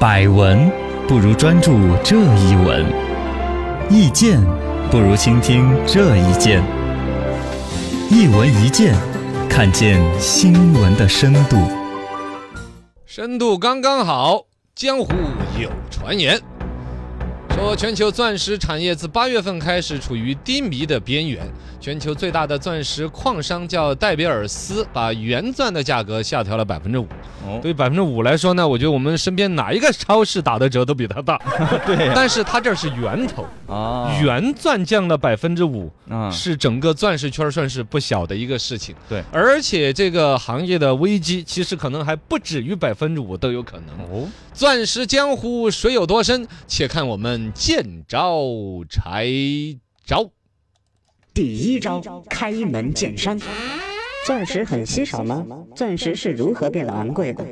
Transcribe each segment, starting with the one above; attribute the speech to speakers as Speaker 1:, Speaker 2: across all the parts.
Speaker 1: 百闻不如专注这一闻，意见不如倾听这一见。一闻一见，看见新闻的深度。
Speaker 2: 深度刚刚好。江湖有传言说，全球钻石产业自八月份开始处于低迷的边缘。全球最大的钻石矿商叫戴比尔斯，把原钻的价格下调了百分之五。
Speaker 1: 哦
Speaker 2: 对于百分之五来说呢，我觉得我们身边哪一个超市打的折都比 它大。
Speaker 1: 对
Speaker 2: 但是它这儿是源头，
Speaker 1: 啊
Speaker 2: 原钻降了百分之五，
Speaker 1: 啊
Speaker 2: 是整个钻石圈儿算是不小的一个事情。
Speaker 1: 对
Speaker 2: 而且这个行业的危机其实可能还不止于百分之五都有可能。
Speaker 1: 哦，
Speaker 2: 钻石江湖水有多深，且看我们见招拆招。
Speaker 3: 第一招开门见山。
Speaker 4: 钻石很稀少吗？钻石是如何变得昂贵的？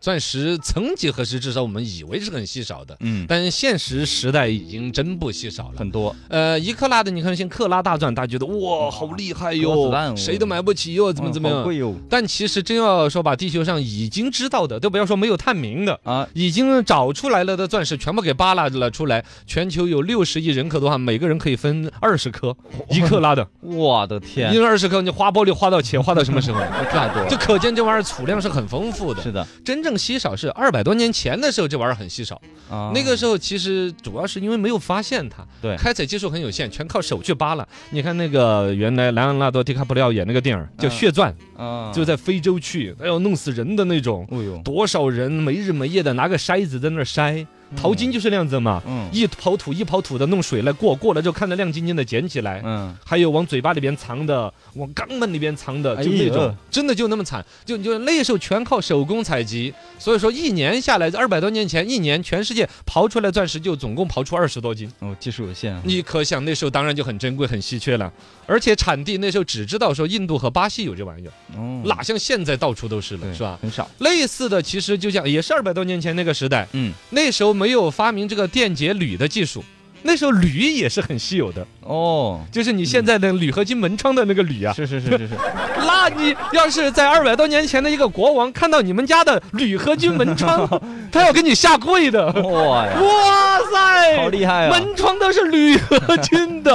Speaker 2: 钻石曾几何时，至少我们以为是很稀少的，
Speaker 1: 嗯，
Speaker 2: 但现实时代已经真不稀少了。
Speaker 1: 很多
Speaker 2: 呃，一克拉的，你看像克拉大钻，大家觉得哇，好厉害
Speaker 1: 格子蛋
Speaker 2: 哟，
Speaker 1: 哦
Speaker 2: 谁都买不起哟，怎么怎么样？
Speaker 1: 贵哟
Speaker 2: 但其实真要说把地球上已经知道的，都不要说没有探明的。
Speaker 1: 啊！
Speaker 2: 已经找出来了的钻石全部给扒拉了出来。全球有六十亿人口的话，每个人可以分二十颗，一克拉的，
Speaker 1: 我的天
Speaker 2: 因为二十颗你花玻璃花到钱花到什么时 候？
Speaker 1: 太多
Speaker 2: 就可见这玩意儿储啊量是很丰富的。
Speaker 1: 的
Speaker 2: 真正稀少是二百多年前的时候，这玩意儿很稀少。
Speaker 1: 啊
Speaker 2: 那个时候其实主要是因为没有发现它，
Speaker 1: 对
Speaker 2: 开采技术很有限，全靠手去扒拉。你看那个原来莱昂纳多·迪卡普里奥演那个电影叫
Speaker 1: 嗯
Speaker 2: 《血钻》，
Speaker 1: 啊
Speaker 2: 就在非洲去，哎呦弄死人的那种，
Speaker 1: 哦呦，
Speaker 2: 多少人没日没夜的拿个筛子在那儿筛，淘金就是那样子嘛，
Speaker 1: 嗯
Speaker 2: 一刨土一刨土的弄水来过，过了之后看着亮晶晶的捡起来。
Speaker 1: 嗯
Speaker 2: 还有往嘴巴里边藏的，往肛门里边藏的，就那
Speaker 1: 哎
Speaker 2: 种、
Speaker 1: 呦
Speaker 2: 真的就那么惨，就就那时候全靠手工采集，所以说一年下来，二百多年前一年全世界刨出来钻石就总共刨出二十多斤，
Speaker 1: 哦，技术有限啊
Speaker 2: 你可想那时候当然就很珍贵很稀缺了，而且产地那时候只知道说印度和巴西有这玩意儿，
Speaker 1: 哦
Speaker 2: 哪像现在到处都是了，
Speaker 1: 对
Speaker 2: 是吧？
Speaker 1: 很少
Speaker 2: 类似的，其实就像也是二百多年前那个时代，
Speaker 1: 嗯
Speaker 2: 那时候没有发明这个电解铝的技术，那时候铝也是很稀有的，
Speaker 1: 哦，
Speaker 2: 就是你现在的铝合金门窗的那个铝啊，
Speaker 1: 是是是是是，
Speaker 2: 那你要是在二百多年前的一个国王看到你们家的铝合金门窗，他要给你下跪的。
Speaker 5: 哦
Speaker 1: 哇 呀，
Speaker 2: 哇塞，
Speaker 1: 好厉害啊
Speaker 2: 门窗都是铝合金的，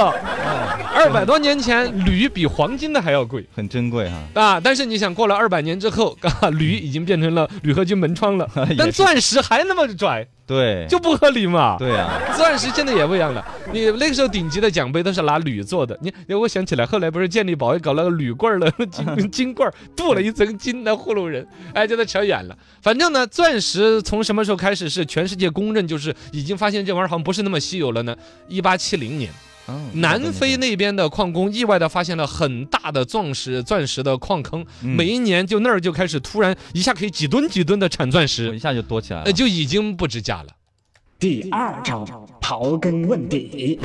Speaker 2: 二百多年前铝比黄金的还要贵。
Speaker 1: 很珍贵哈。
Speaker 2: 啊！但是你想，过了二百年之后，啊，铝已经变成了铝合金门窗了
Speaker 1: 也，
Speaker 2: 但
Speaker 1: 是
Speaker 2: 钻石还那么拽，
Speaker 1: 对，
Speaker 2: 就不合理嘛。
Speaker 1: 对 啊，
Speaker 2: 钻石现在也不一样了，你那个时候顶级的奖杯都是拿铝做的，你你我想起来，后来不是健力宝也搞了个铝棍儿了， 金金棍儿镀了一层金来糊弄人，哎，这都扯远了。反正呢，钻石从什么时候开始是全世界公认，就是已经发现这玩意儿好像不是那么稀有了呢？一八七零年。
Speaker 1: 哦
Speaker 2: 南非那边的矿工意外地发现了很大的钻石钻石的矿坑，
Speaker 1: 嗯
Speaker 2: 每一年就那儿就开始突然一下可以几吨几吨的产钻
Speaker 1: 我
Speaker 2: 石，
Speaker 1: 一哎下就多起来了
Speaker 2: 呃，。就已经不值价了。
Speaker 3: 第二招刨根问底。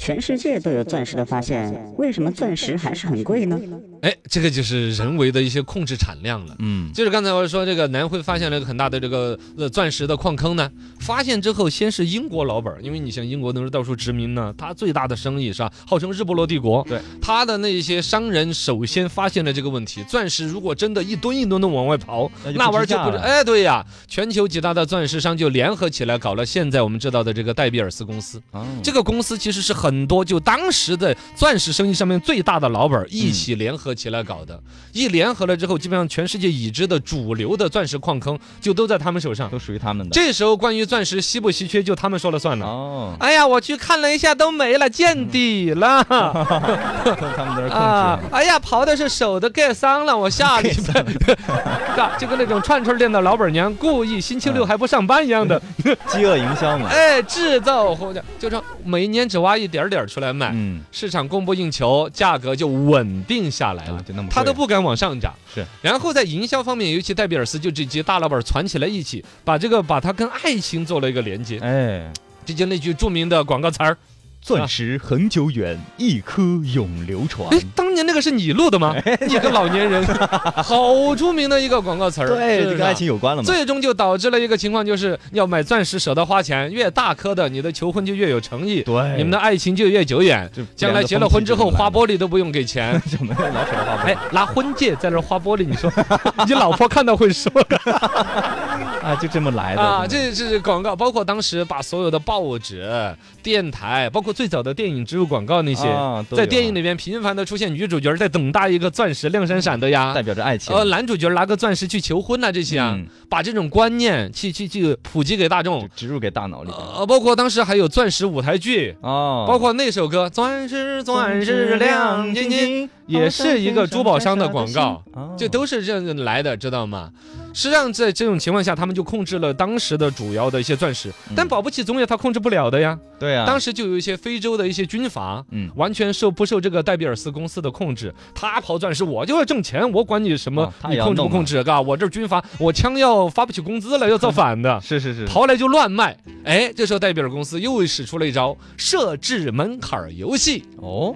Speaker 4: 全世界都有钻石的发现，为什么钻石还是很贵呢？
Speaker 2: 哎，这个就是人为的一些控制产量了。
Speaker 1: 嗯，
Speaker 2: 就是刚才我说这个南非发现了一个很大的这个呃钻石的矿坑呢，发现之后先是英国老板儿，因为你像英国那时候到处殖民呢，他最大的生意是吧，号称日不落帝国，
Speaker 1: 对，
Speaker 2: 他的那些商人首先发现了这个问题，钻石如果真的一吨一吨的往外刨，
Speaker 1: 那就不
Speaker 2: 那玩意儿
Speaker 1: 值
Speaker 2: 就
Speaker 1: 价
Speaker 2: 不是
Speaker 1: 了
Speaker 2: 哎，对呀，全球几大的钻石商就联合起来搞了现在我们知道的这个戴比尔斯公司，
Speaker 1: 哦
Speaker 2: 这个公司其实是很多就当时的钻石生意上面最大的老板儿一起联合起来搞的，一联合了之后，基本上全世界已知的主流的钻石矿坑就都在他们手上。
Speaker 5: 嗯
Speaker 1: 都属于他们的。
Speaker 2: 这时候关于钻石稀不稀缺，就他们说了
Speaker 5: 啊
Speaker 2: 算了。
Speaker 1: 哦，
Speaker 2: 哎呀，我去看了一下，都没了，见底了
Speaker 1: 他们在那儿
Speaker 5: 嗯
Speaker 2: 啊
Speaker 1: 控！
Speaker 2: 哎呀，刨的是手都盖伤了，我下礼拜 啊，就跟那种串串店的老板娘故意星期六还不上班一样的，
Speaker 1: 制，饥饿营销嘛。
Speaker 2: 哎，制造或者就说每一年只挖一点儿点儿出来卖，
Speaker 1: 嗯，
Speaker 2: 市场供不应求，价格就稳定下来
Speaker 1: 啊
Speaker 2: 了
Speaker 1: 就那么，贵
Speaker 2: 它都不敢往上涨。
Speaker 1: 是，
Speaker 2: 然后在营销方面，尤其戴比尔斯就这些大老板攒起来一起，把这个把它跟爱情做了一个连接，
Speaker 1: 哎，啊
Speaker 2: 这就那句著名的广告词儿，
Speaker 5: 钻石恒久远，一颗永流传。
Speaker 2: 哎，当年那个是你录的吗？
Speaker 1: 哎
Speaker 2: 你个老年人，好著名的一个广告词儿，
Speaker 1: 对，
Speaker 2: 是不
Speaker 1: 就是跟爱情有关了嘛。
Speaker 2: 最终就导致了一个情况，就是要买钻石舍得花钱，越大颗的，你的求婚就越有诚意，
Speaker 1: 对
Speaker 2: 你们的爱情就越久远。
Speaker 1: 这
Speaker 2: 将来结了婚之后，花玻璃都不用给钱，
Speaker 1: 什么老舍的花
Speaker 2: 哎，拿婚戒在那儿花玻璃，你说你老婆看到会说，
Speaker 1: 哎，
Speaker 5: 就这么来的
Speaker 2: 啊，这是广告，包括当时把所有的报纸、电台，包括最早的电影植入广告那
Speaker 5: 那
Speaker 2: 些，
Speaker 5: 啊
Speaker 2: 在电影里面频繁的出现女主角在等待一个钻石亮闪闪的呀
Speaker 5: 代，表着爱情，
Speaker 2: 呃，男主角拿个钻石去求婚呐、这些啊，
Speaker 5: 嗯
Speaker 2: 把这种观念去去去普及给大
Speaker 5: 就
Speaker 2: 众，
Speaker 5: 植入给大脑里边
Speaker 2: 呃，包括当时还有钻石舞台剧。
Speaker 5: 哦，
Speaker 2: 包括那首歌《钻石钻石亮晶晶》，也是一个珠宝商的广告，
Speaker 5: 哦
Speaker 2: 这都是这样来的，知道吗？实际上，在这种情况下，他们就控制了当时的主要的一些钻石，但保不齐总有他控制不了的呀。
Speaker 5: 对嗯啊，
Speaker 2: 当
Speaker 5: 时
Speaker 2: 时就有一些非洲的一些军阀，
Speaker 5: 嗯
Speaker 2: 完全受不受这个戴比尔斯公司的控制？他刨钻石，我就要挣钱，我管你什么
Speaker 5: 哦，他
Speaker 2: 你
Speaker 5: 也要
Speaker 2: 控制不
Speaker 5: 弄啊。
Speaker 2: 控制？嘎，我这军阀，我枪要发不起工资了，要造反的
Speaker 5: 是是是，
Speaker 2: 刨来就乱卖，哎，这时候戴比尔公司又使出了一招设置门槛儿游戏，
Speaker 5: 哦，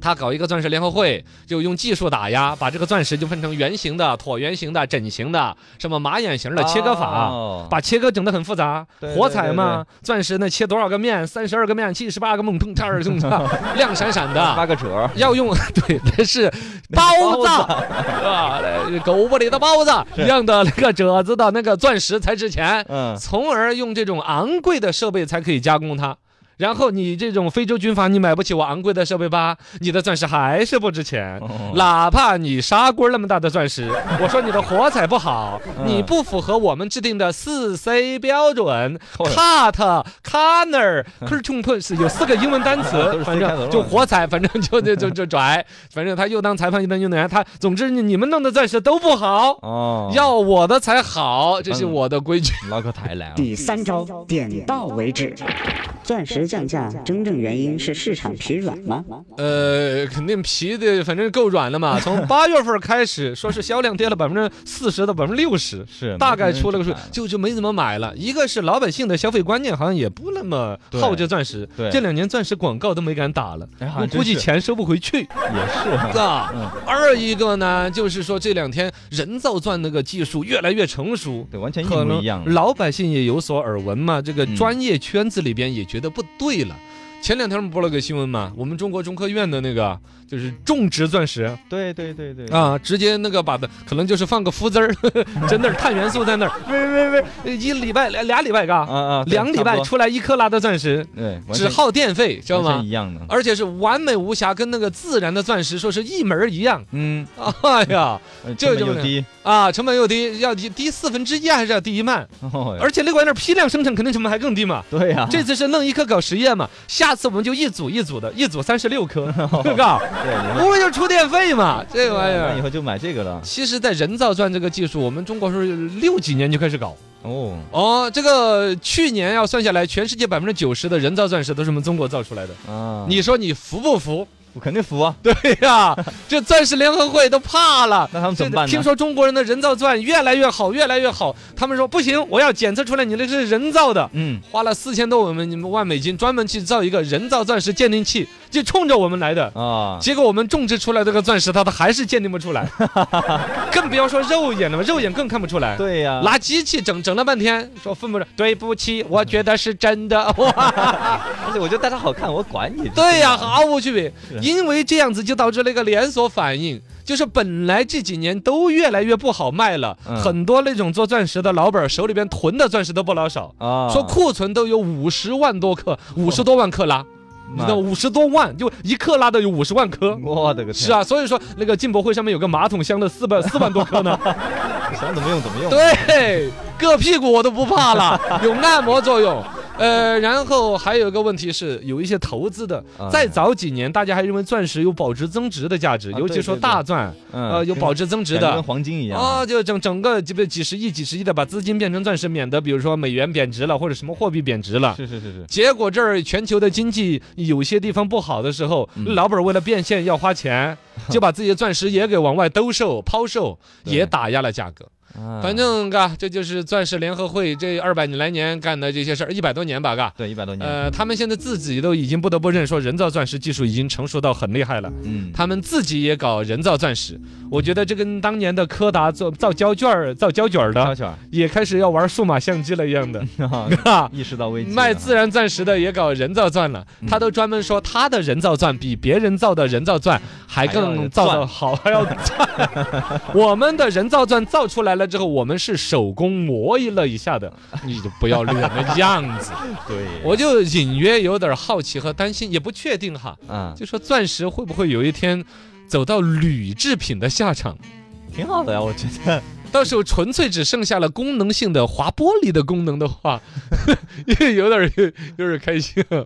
Speaker 2: 他搞一个钻石联合会，就用技术打压，把这个钻石就分成圆形的、椭圆形的、整形的，什么马眼形的切割法。
Speaker 5: 哦
Speaker 2: 把切割整得很复杂
Speaker 5: 对，
Speaker 2: 火彩嘛，钻石呢切多少个面？三十二个面，七十八个梦，砰嚓 儿砰嚓，亮闪闪的。
Speaker 5: 八个折儿，
Speaker 2: 要用 对，那是 包子啊，那狗不理的包子一样的那个褶子的那个钻石才值钱。
Speaker 5: 嗯，
Speaker 2: 从而用这种昂贵的设备才可以加工它。然后你这种非洲军阀，你买不起我昂贵的设备吧？你的钻石还是不值钱，哪怕你砂锅那么大的钻石，我说你的火彩不好，你不符合我们制定的四 C 标准
Speaker 5: 哦
Speaker 2: ，cut、corner、c u r t o n push 有四个英文单词
Speaker 5: 都，是 C
Speaker 2: 反
Speaker 5: 开头
Speaker 2: 正
Speaker 5: 了
Speaker 2: 就火彩，反正就就就就拽，反正他又当裁判又当运动员，他总之你你们弄的钻石都不好，
Speaker 5: 哦，
Speaker 2: 要我的才好，这是
Speaker 5: 嗯
Speaker 2: 我的规矩。
Speaker 5: 唠个台来啊，
Speaker 3: 第三招，点到为止。
Speaker 4: 钻石降价真正原因是市场疲软吗？
Speaker 2: 呃，肯定皮的，反正够软了 嘛。从八月份开始，说是销量跌了百分之四十到百分之六十，
Speaker 5: 是
Speaker 2: 大概出了
Speaker 5: 没
Speaker 2: 个数
Speaker 5: 什么人，去
Speaker 2: 就就没怎么买了。一个是老百姓的消费观念好像也不那么
Speaker 5: 对
Speaker 2: 好这钻石，
Speaker 5: 对
Speaker 2: 这两年钻石广告都没敢打了，
Speaker 5: 哎好像
Speaker 2: 我
Speaker 5: 真
Speaker 2: 估计
Speaker 5: 是嗯
Speaker 2: 钱收不回去。
Speaker 5: 买也是哈，
Speaker 2: 啊，二一个呢，就是说这两天人造钻那个技术越来越成熟。
Speaker 5: 对，完全一
Speaker 2: 可
Speaker 5: 模
Speaker 2: 能
Speaker 5: 一样，啊
Speaker 2: 老百姓也有所耳闻嘛，这个
Speaker 5: 嗯
Speaker 2: 专业圈子里边也觉得不对了。前两天我们播了个新闻嘛，我们中国中科院的那个就是种植钻石
Speaker 5: 对对对对，
Speaker 2: 啊，直接那个把的可能就是放个麸汁儿， 呵呵真的碳元素在那儿， 喂喂喂，喂一礼拜俩俩礼拜
Speaker 5: 啊
Speaker 2: 嘎，
Speaker 5: 啊，对
Speaker 2: 两礼
Speaker 5: 差
Speaker 2: 拜
Speaker 5: 不多
Speaker 2: 出来一克拉的钻石，
Speaker 5: 对，完
Speaker 2: 只
Speaker 5: 全
Speaker 2: 耗电费，知道
Speaker 5: 完全
Speaker 2: 吗
Speaker 5: 一？样的，
Speaker 2: 而且是完美无瑕，跟那个自然的钻石说是一门儿一 样。
Speaker 5: 嗯，
Speaker 2: 哎呀，
Speaker 5: 呃
Speaker 2: 就
Speaker 5: 成本
Speaker 2: 这么
Speaker 5: 又低，
Speaker 2: 啊，成本又低，要低低四分之一还是要低一半？
Speaker 5: 哦
Speaker 2: 而且那玩意儿批量生产，肯定成本还更低嘛。
Speaker 5: 对呀，
Speaker 2: 这次是弄一颗搞实验嘛，下次我们就一组一组的，一组三十六颗， 对吧？
Speaker 5: 哦对，你
Speaker 2: 不会就出电费嘛，这玩意
Speaker 5: 那以
Speaker 2: 儿。
Speaker 5: 后就买这个了，
Speaker 2: 其实，在人造钻这个技术，我们中国是六几年就开始搞
Speaker 5: 哦，
Speaker 2: 哦。这个去年要算下来，全世界百分之九十的人造钻石都是我们中国造出来的。
Speaker 5: 啊，
Speaker 2: 你说你服不服？
Speaker 5: 我肯定服啊，
Speaker 2: 对呀、这钻石联合会都怕了，
Speaker 5: 那他们怎么办呢？
Speaker 2: 听说中国人的人造钻越来越好，越来越好。他们说不行，我要检测出来你那是人造的。
Speaker 5: 嗯，
Speaker 2: 花了四千多我们万美金，专门去造一个人造钻石鉴定器，就冲着我们来的。
Speaker 5: 啊，
Speaker 2: 结果我们种植出来这个钻石，它它还是鉴定不出 来，更不要说肉眼了嘛，肉眼更看不出来。
Speaker 5: 对啊呀，
Speaker 2: 拿机器整整了半天，说分不出来。对不起，我觉得是 真的。哇，
Speaker 5: 而且我觉得大家好看，我管你，
Speaker 2: 对呀、
Speaker 5: 好，
Speaker 2: 毫无区别。
Speaker 5: 是
Speaker 2: 因为这样子就导致了一个连锁反应，就是本来这几年都越来越不好卖了，
Speaker 5: 嗯
Speaker 2: 很多那种做钻石的老板儿手里边囤的钻石都不老少，
Speaker 5: 啊，
Speaker 2: 说库存都有五十万多克，五十多万克
Speaker 5: 哦
Speaker 2: 拉，你知道五十多万就一克拉的有五十万颗。
Speaker 5: 哦我的个天，
Speaker 2: 是啊，所以说那个进博会上面有个马桶箱的 四百四万多颗呢，
Speaker 5: 想怎么用怎么用，
Speaker 2: 对，硌屁股我都不 怕了，有按摩作用。呃，然后还有一个问题是，有一些投资的
Speaker 5: 啊，
Speaker 2: 再早几年大家还认为钻石有保值增值的价值，
Speaker 5: 啊
Speaker 2: 尤其
Speaker 5: 对
Speaker 2: 说
Speaker 5: 对对
Speaker 2: 大钻，
Speaker 5: 嗯，
Speaker 2: 呃，有保值增值
Speaker 5: 感觉跟
Speaker 2: 的。
Speaker 5: 黄金一样
Speaker 2: 啊，就整整个几不几十亿、几十亿的把资金变成钻石，免得比如说美元贬值了，或者什么货币贬值了。
Speaker 5: 是是是是，
Speaker 2: 结果这儿全球的经济有些地方不好的时候，
Speaker 5: 嗯
Speaker 2: 老板为了变现要 花钱，就把自己的钻石也给往外兜售、抛售，
Speaker 5: 对
Speaker 2: 也打压了价格。
Speaker 5: 啊
Speaker 2: 反正嘎，这就是钻石联合会这二百来年干的这些事儿，一百多年吧，嘎。
Speaker 5: 对一百多年，
Speaker 2: 呃，他们现在自己都已经不得不认说，人造钻石技术已经成熟到很厉害了。
Speaker 5: 嗯，
Speaker 2: 他们自己也搞人造钻石，我觉得这跟当年的柯达做造胶卷儿、造胶卷儿
Speaker 5: 小
Speaker 2: 的，
Speaker 5: 小
Speaker 2: 也开始要玩数码相机了一 样的，哈。
Speaker 5: 意识到危机了，
Speaker 2: 卖自然钻石的也搞人造钻了，
Speaker 5: 嗯
Speaker 2: 他都专门说他的人造钻比别人造的人造钻还
Speaker 5: 还要
Speaker 2: 更造的
Speaker 5: 钻
Speaker 2: 好，还要钻。我们的人造钻造出来了了之后，我们是手工磨了一下的，你就不要脸的样子。
Speaker 5: 对，
Speaker 2: 我就隐约有点好奇和担心，也不确定哈，
Speaker 5: 嗯，
Speaker 2: 就说钻石会不会有一天走到铝制品的下场？
Speaker 5: 挺好的呀，我觉得。
Speaker 2: 到时候纯粹只剩下了 功能性的划玻璃的功能的话，也有点有点开心啊。